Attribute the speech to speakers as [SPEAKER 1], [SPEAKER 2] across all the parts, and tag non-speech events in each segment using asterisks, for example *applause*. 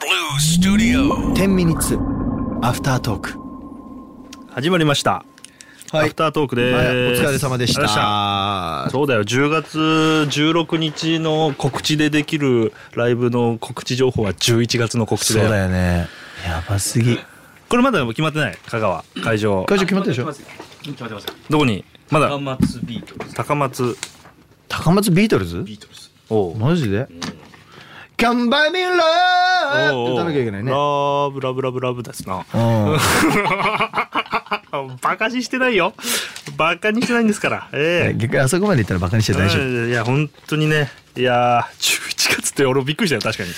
[SPEAKER 1] Blue Studio
[SPEAKER 2] 10ミニッツアフタートーク
[SPEAKER 3] 始まりました。
[SPEAKER 2] はい
[SPEAKER 3] アフタートークです。
[SPEAKER 2] はいお疲れ様でし
[SPEAKER 3] ありがとうございま
[SPEAKER 2] た
[SPEAKER 3] そうだよ、10月16日の告知でできるライブの告知情報は11月の告知だよ。
[SPEAKER 2] よねやばすぎ
[SPEAKER 3] これまだ決まってない香川、会場。
[SPEAKER 2] 会場決まったでしょ
[SPEAKER 4] 決まってますよ
[SPEAKER 3] どこにまだ
[SPEAKER 4] 高松ビートルズ
[SPEAKER 3] 高松。
[SPEAKER 2] 高松ビートルズ
[SPEAKER 4] ビートルズ
[SPEAKER 3] おう
[SPEAKER 2] マジで「Come by me love」
[SPEAKER 3] お
[SPEAKER 2] って
[SPEAKER 3] うおう
[SPEAKER 2] 歌わなきゃいけないね
[SPEAKER 3] ラブラブラブラブですな。
[SPEAKER 2] うん
[SPEAKER 3] バカにしてないよ。バカにしてないんですから。ええ
[SPEAKER 2] 逆にあそこまで行ったらバカにしちゃ大丈夫
[SPEAKER 3] うんいや本当にねいやー11月って俺びっくりしたよ確かに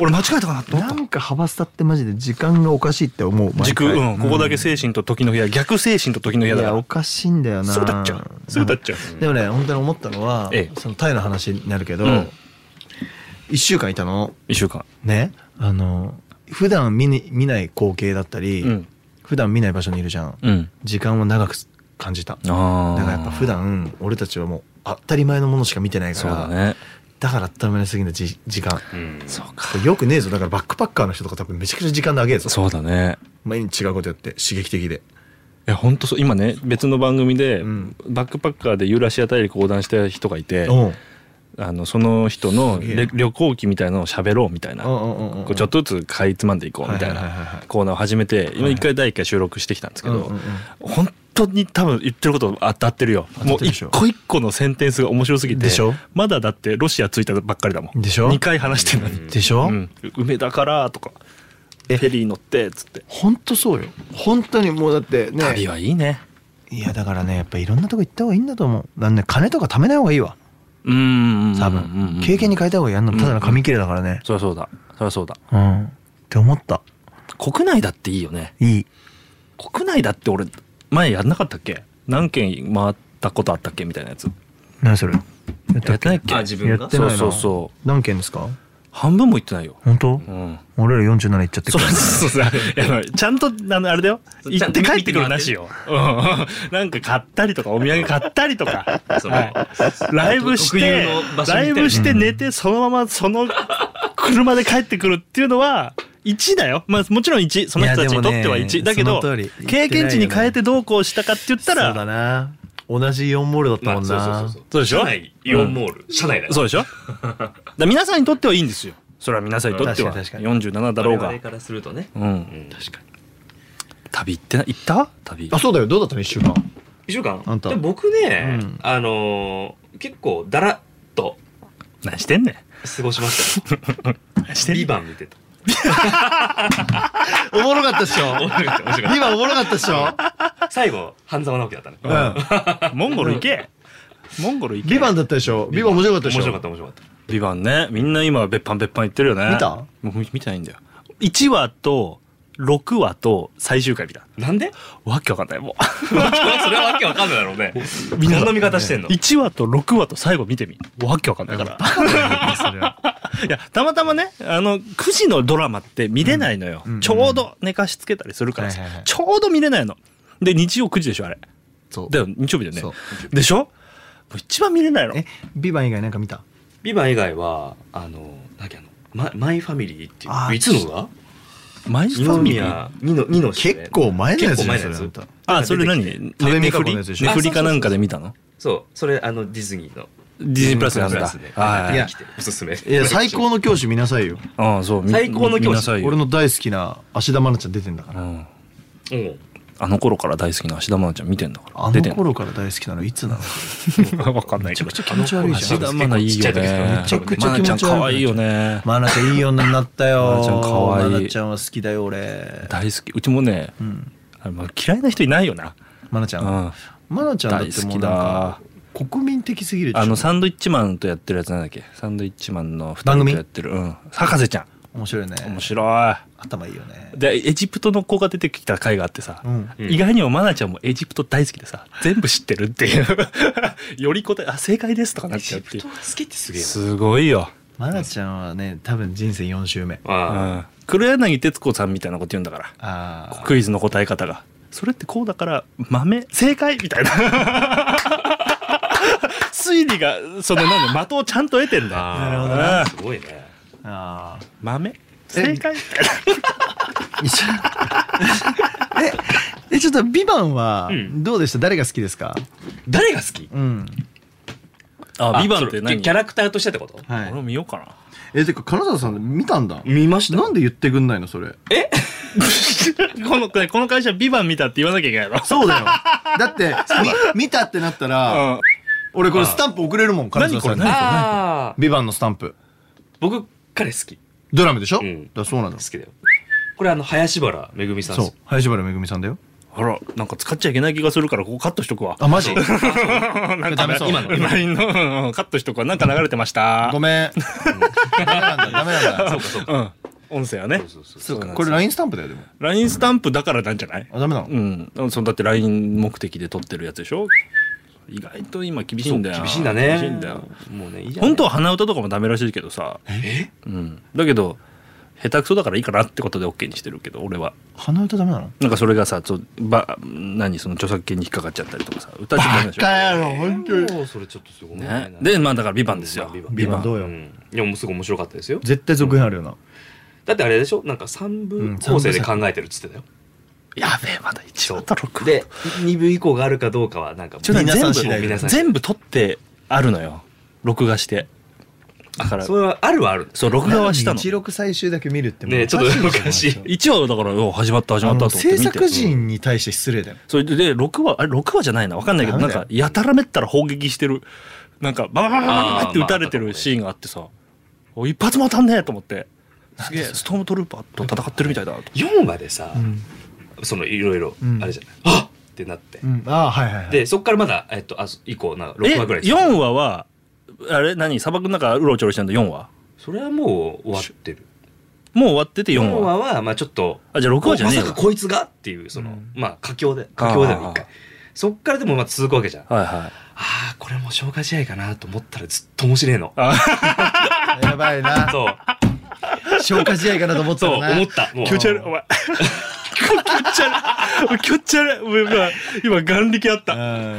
[SPEAKER 3] 俺間違えたかなと思った
[SPEAKER 2] なんか幅スタってマジで時間がおかしいって思う毎
[SPEAKER 3] 軸、
[SPEAKER 2] 回
[SPEAKER 3] うん、ここだけ精神と時の部屋、逆精神と時の部屋
[SPEAKER 2] い
[SPEAKER 3] だか
[SPEAKER 2] やお
[SPEAKER 3] ら。
[SPEAKER 2] かしいんだよな
[SPEAKER 3] すぐ立っちゃう。すぐ立っちゃう。
[SPEAKER 2] でもね本当に思ったのは
[SPEAKER 3] ええ
[SPEAKER 2] そのタイの話になるけど
[SPEAKER 3] うん
[SPEAKER 2] 1週間いたの
[SPEAKER 3] 一週間。
[SPEAKER 2] ねあの普段見に見ない光景だったり、
[SPEAKER 3] うん。
[SPEAKER 2] 普段見ない場所にいるじゃん、
[SPEAKER 3] うん。
[SPEAKER 2] 時間を長く感じただか
[SPEAKER 3] ああ。
[SPEAKER 2] らやっぱ普段俺たちはもう当たり前のものしか見てないか
[SPEAKER 3] そう
[SPEAKER 2] ら
[SPEAKER 3] だね。
[SPEAKER 2] だから当たり前すぎるじ時間
[SPEAKER 3] そう
[SPEAKER 2] これよくねえぞだからバックパッカーの人とか多分めちゃくちゃ時間長えぞ
[SPEAKER 3] そうだね。
[SPEAKER 2] 毎日違うことやって刺激的で
[SPEAKER 3] いや、本当そう。今ね、別の番組で、
[SPEAKER 2] うん
[SPEAKER 3] バックパッカーでユーラシア大陸横断した人がいて、
[SPEAKER 2] うんうん
[SPEAKER 3] あの、その人の
[SPEAKER 2] すげえ
[SPEAKER 3] れ旅行記みたいなのを喋ろうみたいな。
[SPEAKER 2] う
[SPEAKER 3] こ
[SPEAKER 2] んうんうん
[SPEAKER 3] うちょっとずつかいつまんでいこうみたい
[SPEAKER 2] はいはいはいは
[SPEAKER 3] ないコーナーを始めて、今一回第一回収録してきたんですけ
[SPEAKER 2] うんう
[SPEAKER 3] ど
[SPEAKER 2] んうん、
[SPEAKER 3] 本当に多分言ってること当たってるよ。
[SPEAKER 2] た
[SPEAKER 3] も
[SPEAKER 2] っ
[SPEAKER 3] う
[SPEAKER 2] てるでし
[SPEAKER 3] 一
[SPEAKER 2] ょ
[SPEAKER 3] 個一個のセンテンスが面白すぎて。
[SPEAKER 2] でしょ
[SPEAKER 3] まだだってロシア着いたばっかりだもん。
[SPEAKER 2] でしょ
[SPEAKER 3] 2回話してんのに。
[SPEAKER 2] でしょ、
[SPEAKER 3] うん。梅だからとか。フェリー乗ってっつって。
[SPEAKER 2] ほんとそうよ本当にもうだってね
[SPEAKER 3] 旅はいいね。
[SPEAKER 2] いやだからねやっぱいろんなとこ行った方がいいんだと思うなんで金とか貯めない方がいいわ
[SPEAKER 3] うーん。
[SPEAKER 2] 多
[SPEAKER 3] うんうんう
[SPEAKER 2] 分
[SPEAKER 3] ん
[SPEAKER 2] 経験に変えた方がいいあんなのただの紙切れだからね
[SPEAKER 3] そりゃそうだ。そりゃそうだ。
[SPEAKER 2] うんって思った
[SPEAKER 3] 国内だっていいよね。
[SPEAKER 2] いい
[SPEAKER 3] 国内だって俺、前やんなかったっけ何件回ったことあったっけみたいなやつ。
[SPEAKER 2] 何それやった
[SPEAKER 3] やっ
[SPEAKER 2] ってけ
[SPEAKER 3] ないっけ
[SPEAKER 4] あ自分
[SPEAKER 2] や
[SPEAKER 4] が
[SPEAKER 2] ってないな
[SPEAKER 3] そうそうそう
[SPEAKER 2] 何件ですか
[SPEAKER 3] 半分も行ってないよ。
[SPEAKER 2] 本当
[SPEAKER 3] うん。
[SPEAKER 2] 俺ら47いっちゃって
[SPEAKER 3] そ
[SPEAKER 2] る
[SPEAKER 3] うそうそう。いやちゃんと、あの、あれだよ。
[SPEAKER 4] そう
[SPEAKER 3] 行って帰ってくるなしよ。うん。なんか買ったりとか、お土産買ったりとか。
[SPEAKER 4] その
[SPEAKER 3] はいライブし
[SPEAKER 4] 特
[SPEAKER 3] て
[SPEAKER 4] 有の場、所みたいな
[SPEAKER 3] ライブして寝て、そのままその車で帰ってくるっていうのは、1だよ。まあもちろん1。その人たちにとってはい
[SPEAKER 2] やでもね
[SPEAKER 3] 1。だけど
[SPEAKER 2] その通り、
[SPEAKER 3] 経験値に変えてどうこうしたかって言った
[SPEAKER 2] そうだ
[SPEAKER 3] ら、
[SPEAKER 2] な同じ4モールだったもんな
[SPEAKER 3] そうでしょ
[SPEAKER 4] 社内イオンモール社内だよ
[SPEAKER 3] そうでしょだから皆さんにとってはいいんですよ。それは皆さんにとっては。
[SPEAKER 2] 確かに確かに
[SPEAKER 3] 47だろう
[SPEAKER 4] 我
[SPEAKER 3] が
[SPEAKER 4] 々。からするとね
[SPEAKER 3] うん。確かに。旅行ってな、行った旅。
[SPEAKER 2] あそうだよどうだったの1週間
[SPEAKER 4] 一週間
[SPEAKER 2] あんた
[SPEAKER 4] で僕ね
[SPEAKER 2] うん
[SPEAKER 4] あのー結構だらっと
[SPEAKER 3] 何してんねん。
[SPEAKER 4] 過ごしましたよ
[SPEAKER 3] 何 *laughs* してんね
[SPEAKER 4] ビ
[SPEAKER 3] ん
[SPEAKER 4] バン見てた
[SPEAKER 2] おもろかったっ *laughs* しょ
[SPEAKER 4] 面白かった面白かっ
[SPEAKER 2] 今おもろかったっしょ
[SPEAKER 4] た最後半沢直樹だったね
[SPEAKER 2] うん
[SPEAKER 3] モンゴル行け。モンゴル行け。
[SPEAKER 2] ビバンだったでしょビバン面白かったでしょ
[SPEAKER 4] 面白かった面白かった
[SPEAKER 3] ビバンね。みんな今、別版別版言ってるよね。
[SPEAKER 2] 見た
[SPEAKER 3] もう見見てないんだよ。1話と、6話と、最終回見た。
[SPEAKER 4] なんで
[SPEAKER 3] わけわかんない。も
[SPEAKER 4] それはわけわかんないだろうね
[SPEAKER 3] *laughs*
[SPEAKER 4] どん
[SPEAKER 3] みんな
[SPEAKER 4] な見方してん
[SPEAKER 3] う。
[SPEAKER 4] の
[SPEAKER 3] 1話と6話と最後見てみ。わけわかんないから。いや、たまたまね、あの、9時のドラマって見れないのよ。
[SPEAKER 2] うんうん
[SPEAKER 3] ちょうど寝かしつけたりするからさ、
[SPEAKER 2] はいはいはい
[SPEAKER 3] ちょうど見れないの。で、日曜9時でしょ、あれ。
[SPEAKER 2] そう
[SPEAKER 3] だよ、日曜日だよ
[SPEAKER 2] そ
[SPEAKER 3] ね。でしょもう一番見れないの。
[SPEAKER 2] えビバン以外なんか見た
[SPEAKER 4] ビバン以外はあのなんだっけあのママイファミリーって
[SPEAKER 2] あー
[SPEAKER 4] いういつのが
[SPEAKER 3] マイフ
[SPEAKER 4] 二
[SPEAKER 3] ァミリー。
[SPEAKER 4] 宮二の二の
[SPEAKER 2] 結構前のやつじゃん
[SPEAKER 4] 結構前の
[SPEAKER 2] それ
[SPEAKER 4] や
[SPEAKER 2] あんた
[SPEAKER 3] あ、
[SPEAKER 4] つ
[SPEAKER 3] それ何
[SPEAKER 4] 出てき
[SPEAKER 3] ね
[SPEAKER 4] て
[SPEAKER 2] 食べ
[SPEAKER 3] ネ
[SPEAKER 2] みか
[SPEAKER 3] フ
[SPEAKER 2] この
[SPEAKER 3] リ
[SPEAKER 2] やつでしょ
[SPEAKER 3] ネフリかなんかで見たの
[SPEAKER 4] そうそれあのディズニーの
[SPEAKER 3] ディズニープラスなんだ。
[SPEAKER 4] ディズニープラス
[SPEAKER 3] はい
[SPEAKER 4] で
[SPEAKER 2] いや
[SPEAKER 4] 来てるおすすめ
[SPEAKER 2] いや最高の教師見なさいよ
[SPEAKER 3] ああ、そう。み
[SPEAKER 4] 最高の教師
[SPEAKER 3] 見なさいよ
[SPEAKER 2] 俺の大好きな芦田愛菜ちゃん出てんだから
[SPEAKER 3] うん
[SPEAKER 4] うん
[SPEAKER 3] あの頃から大好きな芦田愛菜ちゃん見てんだか
[SPEAKER 2] あ
[SPEAKER 3] ら。出て
[SPEAKER 2] の
[SPEAKER 3] んの
[SPEAKER 2] 頃から大好きなのいつなの
[SPEAKER 3] わかんないけど。
[SPEAKER 2] ちゃ気持ち悪いじゃ
[SPEAKER 3] 芦
[SPEAKER 2] ん
[SPEAKER 3] 田愛菜いいよね。
[SPEAKER 4] め
[SPEAKER 2] ちゃくちゃ気持ち悪い
[SPEAKER 3] 愛菜ちゃん可愛いよね。
[SPEAKER 2] マナちゃんいい女になったよ。
[SPEAKER 3] マナちゃん可愛い
[SPEAKER 2] マナちゃんは好きだよ俺。
[SPEAKER 3] 大好き。うちもね、
[SPEAKER 2] うん。
[SPEAKER 3] あのまあ嫌いな人いないよな。
[SPEAKER 2] マナち
[SPEAKER 3] う
[SPEAKER 2] ゃ
[SPEAKER 3] ん。
[SPEAKER 2] ん。
[SPEAKER 3] あ
[SPEAKER 2] マナちゃんだってもうなんか国民的すぎるでしょ。
[SPEAKER 3] の、サンドイッチマンとやってるやつなんだっけサンドイッチマンの二人とやってる。うん。博士ちゃん。
[SPEAKER 2] 面白いね
[SPEAKER 3] 面白い
[SPEAKER 2] 頭いいよね
[SPEAKER 3] でエジプトの子が出てきた回があってさ、
[SPEAKER 2] うん
[SPEAKER 3] 意外にも愛菜ちゃんもエジプト大好きでさ全部知ってるっていう *laughs* より答えあ正解ですとかなっちゃうっていう
[SPEAKER 4] 好きってすげえ
[SPEAKER 3] すごいよ、
[SPEAKER 2] マナちゃんはね多分人生4周目
[SPEAKER 4] な
[SPEAKER 3] う
[SPEAKER 4] あ
[SPEAKER 3] ん、黒柳徹子さんみたいなこと言うんだか
[SPEAKER 2] あ
[SPEAKER 3] らクイズの答え方がそれってこうだから豆正解みたいな *laughs* 推理がその何だ的をちゃんと得てんだよ
[SPEAKER 4] あ
[SPEAKER 3] うん
[SPEAKER 4] あすごいね
[SPEAKER 2] ーあー
[SPEAKER 3] 豆正解みたいな
[SPEAKER 2] えちょっと「ビバンは
[SPEAKER 4] ん
[SPEAKER 2] どうでした、誰が好きですか
[SPEAKER 4] 誰が好き
[SPEAKER 2] うん
[SPEAKER 3] あ「ビバンって
[SPEAKER 4] それ
[SPEAKER 3] 何
[SPEAKER 4] キャラクターとしてってこと
[SPEAKER 2] は
[SPEAKER 3] 俺も見ようかな
[SPEAKER 2] えてか金沢さん見たんだ
[SPEAKER 4] 見ました
[SPEAKER 2] なんで言ってくんないのそれ
[SPEAKER 3] このこの会社「ビバン見たって言わなきゃいけないの
[SPEAKER 2] そうだよ *laughs* だってみ見たってなったら、俺これスタンプ送れるもん金沢さんに
[SPEAKER 3] 何これ何
[SPEAKER 4] ああ
[SPEAKER 2] ビバンのスタンプ
[SPEAKER 4] 僕彼好き
[SPEAKER 2] ドラムでしょ、
[SPEAKER 4] うん
[SPEAKER 2] だからそうなの
[SPEAKER 4] 好きだよこれあの林原めぐみさん
[SPEAKER 2] そう林原めぐみさんだよ
[SPEAKER 3] あらなんか使っちゃいけない気がするからここカットしとくわ
[SPEAKER 2] あマジ
[SPEAKER 3] なん
[SPEAKER 2] ダ
[SPEAKER 3] か
[SPEAKER 2] メそう
[SPEAKER 3] 今の今のうんカットしとくわなんか流れてました
[SPEAKER 2] ごめんダメなんだダメなんだ
[SPEAKER 3] うん音声はね
[SPEAKER 4] そうそう
[SPEAKER 3] そうなんで
[SPEAKER 2] こ
[SPEAKER 3] す
[SPEAKER 2] れ LINE スタンプだよでも
[SPEAKER 3] LINE スタンプだからなんじゃない
[SPEAKER 2] あダメなの、
[SPEAKER 3] うんそのだって LINE 目的で撮ってるやつでしょ意外と今厳しいんだよ
[SPEAKER 4] 厳しいんだね
[SPEAKER 3] 厳しいんだよ
[SPEAKER 4] もうねいいじゃん
[SPEAKER 3] 本当は鼻歌とかもダメらしいけどさ
[SPEAKER 4] え
[SPEAKER 3] うんだけど下手くそだからいいかなってことで OK にしてるけど俺は
[SPEAKER 2] 鼻歌ダメなの
[SPEAKER 3] なんかそれがさちょば何その著作権に引っかかっちゃったりとかさ歌っちゃダメでしょ
[SPEAKER 2] やろ本当に
[SPEAKER 4] もうそれちょっとすごい
[SPEAKER 3] ね、でまあだから「ビバンですよ「
[SPEAKER 4] ビバン
[SPEAKER 2] ビバンど
[SPEAKER 3] う
[SPEAKER 2] うよ、
[SPEAKER 4] うんいやもうすごい面白かったですよ
[SPEAKER 2] 絶対続編あるよな、
[SPEAKER 4] だってあれでしょなんか3
[SPEAKER 2] うん
[SPEAKER 4] 部構成で考えてるっつってたよ
[SPEAKER 3] やべえまだ一応と録
[SPEAKER 4] で2部以降があるかどうかはなんか
[SPEAKER 3] ちょっと
[SPEAKER 2] 皆さん
[SPEAKER 3] 全
[SPEAKER 2] 次第
[SPEAKER 3] 部
[SPEAKER 4] 皆さん
[SPEAKER 3] 全部撮ってあるのよ録画してだから
[SPEAKER 4] それはあるはある
[SPEAKER 3] そう録画はしたの
[SPEAKER 2] 一録最終だけ見るってもう
[SPEAKER 4] ねちょっと昔
[SPEAKER 3] 一応だからお始まった始ま
[SPEAKER 2] あ
[SPEAKER 3] った
[SPEAKER 2] の
[SPEAKER 3] と思って
[SPEAKER 2] 制
[SPEAKER 3] 見て
[SPEAKER 2] 作陣に対して失礼だよ
[SPEAKER 3] それで6話あれ6話じゃないなわかんないけど
[SPEAKER 2] ダ
[SPEAKER 3] な
[SPEAKER 2] メ
[SPEAKER 3] ん
[SPEAKER 2] だよ
[SPEAKER 3] かやたらめったら砲撃してるなんかバババババババって撃たれて
[SPEAKER 4] あーまああったかもね
[SPEAKER 3] るシーンがあってさお一発も当たんねえと思ってすげえストームトルーパーと戦ってるみたいだと
[SPEAKER 4] 4話でさ
[SPEAKER 2] ん、
[SPEAKER 4] そのいろいろ
[SPEAKER 2] うん
[SPEAKER 4] あれじゃないあっってなって
[SPEAKER 2] うん、ああはいはいはい
[SPEAKER 4] でそっからまだえっとあ以降な
[SPEAKER 3] え
[SPEAKER 4] 6話ぐらいです
[SPEAKER 3] 4話はあれ何砂漠の中うろちょろしてんの4話
[SPEAKER 4] それはもう終わってる
[SPEAKER 3] もう終わってて4
[SPEAKER 4] 4
[SPEAKER 3] 話
[SPEAKER 4] 話はまあちょっと
[SPEAKER 3] あじゃあ6話じゃねえ
[SPEAKER 4] ま
[SPEAKER 3] よ
[SPEAKER 4] さかこいつがっていうその
[SPEAKER 2] うん
[SPEAKER 4] まあ佳境で佳境でも一
[SPEAKER 3] あー
[SPEAKER 4] 回そっからでもまあ続くわけじゃんあ
[SPEAKER 3] はいはい
[SPEAKER 4] あーこれもう消化試合かなと思ったらずっと面白いの
[SPEAKER 2] *laughs* やばいな
[SPEAKER 4] そう
[SPEAKER 2] 消化試合かなと思った
[SPEAKER 4] *laughs* そう
[SPEAKER 2] らな
[SPEAKER 4] 思ったもう
[SPEAKER 3] 気持ち悪いお前気持ち悪い気持ち悪いお前今今眼力あった
[SPEAKER 2] うん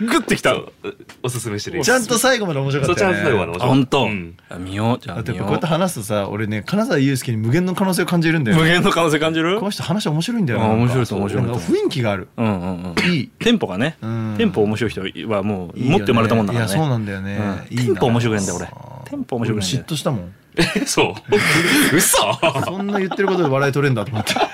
[SPEAKER 3] グッてきた
[SPEAKER 4] そうおすすめしてる
[SPEAKER 2] ちゃんと最後まで面白か
[SPEAKER 4] そ
[SPEAKER 2] っ
[SPEAKER 4] うち
[SPEAKER 2] た
[SPEAKER 4] ゃ
[SPEAKER 2] よ
[SPEAKER 4] ん
[SPEAKER 2] ね
[SPEAKER 4] と最後まで面
[SPEAKER 3] あ
[SPEAKER 4] 白い
[SPEAKER 3] 本当、
[SPEAKER 4] うん
[SPEAKER 3] あ見ようじゃ
[SPEAKER 2] だ
[SPEAKER 3] あ
[SPEAKER 2] って
[SPEAKER 3] 見
[SPEAKER 2] やっぱこうや
[SPEAKER 3] よ
[SPEAKER 2] って
[SPEAKER 3] う
[SPEAKER 2] 話すとさ俺ね金沢祐介に無限の可能性を感じるんだよ
[SPEAKER 3] 無
[SPEAKER 2] ね
[SPEAKER 3] 限の可能性感じる
[SPEAKER 2] この人話面白いんだよね
[SPEAKER 3] あ面白い
[SPEAKER 2] と
[SPEAKER 3] と面白いと
[SPEAKER 2] 雰囲気がある
[SPEAKER 3] うんうんうん
[SPEAKER 2] いい
[SPEAKER 3] テンポがね
[SPEAKER 2] うん
[SPEAKER 3] テンポ面白い人はもう
[SPEAKER 2] いいよね
[SPEAKER 3] 持って生まれたもんだからね
[SPEAKER 2] いやそうなんだよね
[SPEAKER 3] うん
[SPEAKER 2] いい
[SPEAKER 3] テンポ面白くないんだよ
[SPEAKER 2] あー
[SPEAKER 3] 俺テンポ面白くないん
[SPEAKER 2] 俺
[SPEAKER 3] だよ
[SPEAKER 2] 嫉妬したもん
[SPEAKER 4] *laughs* そう嘘
[SPEAKER 2] そんな言ってることで笑い取れんだと思って
[SPEAKER 3] *laughs*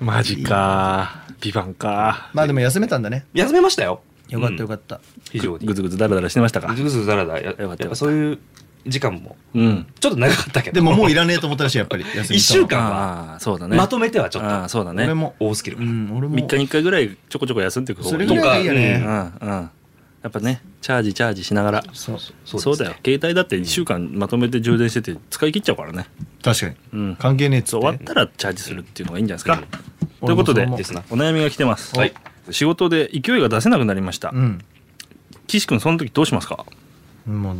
[SPEAKER 3] マジかビバンか
[SPEAKER 2] まあでも休めたんだね
[SPEAKER 4] *laughs* 休めましたよ
[SPEAKER 2] よかったよかった
[SPEAKER 4] 非常に
[SPEAKER 3] ぐずぐずダラダラしてましたか
[SPEAKER 4] ぐずぐずだらだらや
[SPEAKER 3] よかったよかった
[SPEAKER 4] やっぱそういう時間も
[SPEAKER 3] うん
[SPEAKER 4] ちょっと長かったけど
[SPEAKER 2] でももういらねえと思ったらしいやっぱり休みたの
[SPEAKER 4] 一週間
[SPEAKER 3] ああそうだね
[SPEAKER 4] *laughs* まとめてはちょっ
[SPEAKER 3] ああ
[SPEAKER 4] と
[SPEAKER 3] そうだね
[SPEAKER 2] 俺も
[SPEAKER 4] 多すぎる
[SPEAKER 2] うん俺も
[SPEAKER 3] 3日に1回ぐらいちょこちょこ休んでいく方
[SPEAKER 2] それ
[SPEAKER 3] がいい
[SPEAKER 2] ぐらいがいいよ
[SPEAKER 3] うんう
[SPEAKER 2] ね
[SPEAKER 3] んやっぱねチャージチャージしながら
[SPEAKER 2] そう
[SPEAKER 3] そう
[SPEAKER 4] です
[SPEAKER 3] だよ携帯だって1週間まとめて充電してて使い切っちゃうからね
[SPEAKER 2] 確かに
[SPEAKER 3] うん
[SPEAKER 2] 関係ねえっつ
[SPEAKER 3] そう
[SPEAKER 2] って
[SPEAKER 3] 終わったらチャージするっていうのがいいんじゃないですか、
[SPEAKER 2] うん
[SPEAKER 3] ということで
[SPEAKER 2] 俺も
[SPEAKER 4] ですな
[SPEAKER 3] お悩みが来てます、
[SPEAKER 4] はい
[SPEAKER 3] 仕事で勢いが出せなくなりました、
[SPEAKER 2] うん
[SPEAKER 3] 岸君その時どうしますか
[SPEAKER 2] もう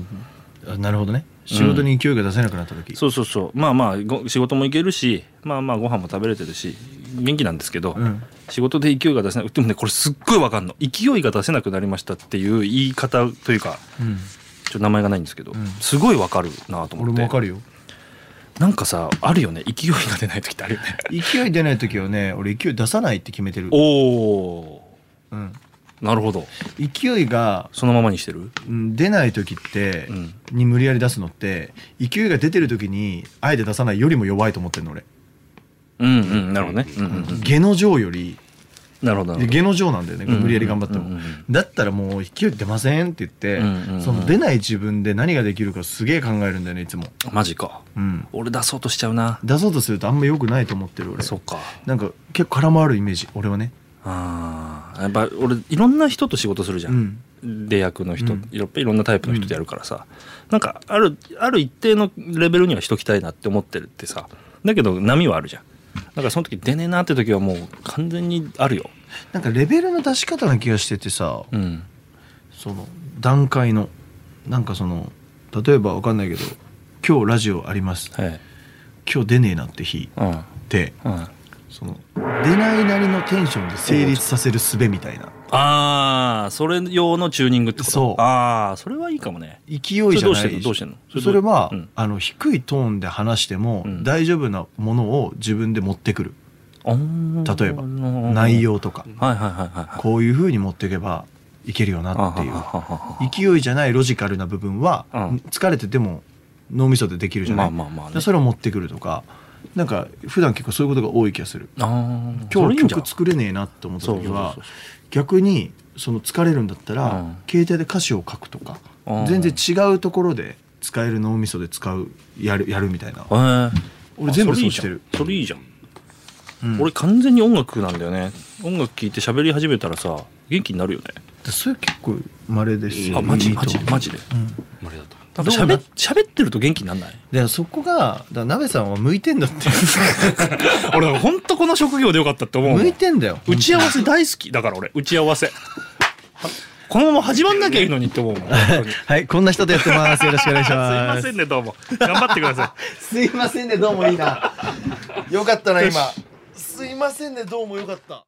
[SPEAKER 2] あなるほどね仕事に勢いが出せなくなった時
[SPEAKER 3] そうそうそうまあまあご仕事も行けるしまあまあご飯も食べれてるし元気なんですけど、
[SPEAKER 2] うん
[SPEAKER 3] 仕事で勢いが出せなくでもねこれすっごいわかんの勢いが出せなくなりましたっていう言い方というか
[SPEAKER 2] うん
[SPEAKER 3] ちょっと名前がないんですけど、
[SPEAKER 2] うん
[SPEAKER 3] すごいわかるなと思
[SPEAKER 2] 俺
[SPEAKER 3] っ
[SPEAKER 2] も
[SPEAKER 3] て
[SPEAKER 2] わかるよ
[SPEAKER 3] なんかさあるよね勢いが出ない時ってあるよ
[SPEAKER 2] *laughs*
[SPEAKER 3] ね
[SPEAKER 2] 勢い出ない時はね俺勢い出さないって決めてる
[SPEAKER 3] おお
[SPEAKER 2] うん
[SPEAKER 3] なるほど
[SPEAKER 2] 勢いが
[SPEAKER 3] そのままにしてる
[SPEAKER 2] うん出ない時って、
[SPEAKER 3] うん
[SPEAKER 2] に無理やり出すのって勢いが出てる時にあえて出さないよりも弱いと思ってるの俺
[SPEAKER 3] うんうんなるほどね、うんうんうん、
[SPEAKER 2] 下の上より
[SPEAKER 3] なるほどなるほど
[SPEAKER 2] 下の上なんだよね
[SPEAKER 3] うん
[SPEAKER 2] 無理やり頑張っても、
[SPEAKER 3] うんうんうん
[SPEAKER 2] だったらもう勢い出ませんって言って、
[SPEAKER 3] うんうんうん
[SPEAKER 2] その出ない自分で何ができるかすげえ考えるんだよねいつも、
[SPEAKER 3] マジか
[SPEAKER 2] うん、
[SPEAKER 3] 俺出そうとしちゃうな
[SPEAKER 2] 出そうとするとあんま良くないと思ってる俺
[SPEAKER 3] そうか
[SPEAKER 2] なんか結構空回るイメージ俺はね
[SPEAKER 3] あーやっぱ俺いろんな人と仕事するじゃ、
[SPEAKER 2] うんん
[SPEAKER 3] 出役の人、
[SPEAKER 2] うん
[SPEAKER 3] やっぱいろんなタイプの人とやるからさ、なんかあるある一定のレベルにはしときたいなって思ってるってさだけど波はあるじゃんだからその時出ねえなって時はもう完全にあるよ
[SPEAKER 2] なんかレベルの出し方な気がしててさ、
[SPEAKER 3] うん
[SPEAKER 2] その段階のなんかその例えばわかんないけど今日ラジオあります
[SPEAKER 3] はい
[SPEAKER 2] 今日出ねえなって日
[SPEAKER 3] うん
[SPEAKER 2] って
[SPEAKER 3] うん
[SPEAKER 2] その出ないなりのテンションで成立させる術みたいな
[SPEAKER 3] ああそれ用のチューニングってこと
[SPEAKER 2] そう
[SPEAKER 3] ああそれはいいかもね
[SPEAKER 2] 勢いじゃない
[SPEAKER 3] それどうしてんのどうしてんのそれど
[SPEAKER 2] そ
[SPEAKER 3] う
[SPEAKER 2] れは、
[SPEAKER 3] うん
[SPEAKER 2] あの低いトーンで話しても
[SPEAKER 3] うん
[SPEAKER 2] 大丈夫なものを自分で持ってくる、
[SPEAKER 3] 例
[SPEAKER 2] 例えば内容とか、
[SPEAKER 3] はいはいはいはい
[SPEAKER 2] こういう風に持っていけばいけるよなっていう勢いじゃないロジカルな部分は、
[SPEAKER 3] うん
[SPEAKER 2] 疲れてても脳みそでできるじゃない、
[SPEAKER 3] まあまあまあね
[SPEAKER 2] でそれを持ってくるとかなんか普段結構そういうことが多い気がする
[SPEAKER 3] 今
[SPEAKER 2] 今日曲作れねえなって思った時は
[SPEAKER 3] そうそうそう
[SPEAKER 2] 逆にその疲れるんだったら、
[SPEAKER 3] うん
[SPEAKER 2] 携帯で歌詞を書くとか、
[SPEAKER 3] うん
[SPEAKER 2] 全然違うところで使える脳みそで使うやるやるみたいな、
[SPEAKER 3] 俺
[SPEAKER 2] 俺全部そうしてる
[SPEAKER 3] それいいじゃん
[SPEAKER 2] うん
[SPEAKER 3] 俺完全に音楽なんだよね音楽聴いて喋り始めたらさ元気になるよね
[SPEAKER 2] それ結構稀ですし
[SPEAKER 3] あマジ
[SPEAKER 2] いいと
[SPEAKER 3] マ
[SPEAKER 2] 思う
[SPEAKER 3] ジマジで
[SPEAKER 2] うん
[SPEAKER 4] あれだと思う
[SPEAKER 2] ど
[SPEAKER 3] なんか
[SPEAKER 2] うな
[SPEAKER 3] 喋喋ってると元気になんない
[SPEAKER 2] でそこがだから鍋さんは向いてんだって
[SPEAKER 3] *laughs* 俺本当この職業でよかったって思
[SPEAKER 2] 向いてんだよ
[SPEAKER 3] 打ち合わせ大好きだから俺打ち合わせ *laughs* このまま始まんなきゃいいのにって思うもん本当に *laughs* すい
[SPEAKER 2] はいこんな人とやってますよろしくお願いし
[SPEAKER 3] *laughs* ま
[SPEAKER 2] ま
[SPEAKER 3] せ
[SPEAKER 2] す
[SPEAKER 3] んねどうも頑張ってくださ
[SPEAKER 2] す *laughs* いませんねどうもいいなよかったな今すいませんねどうもよかった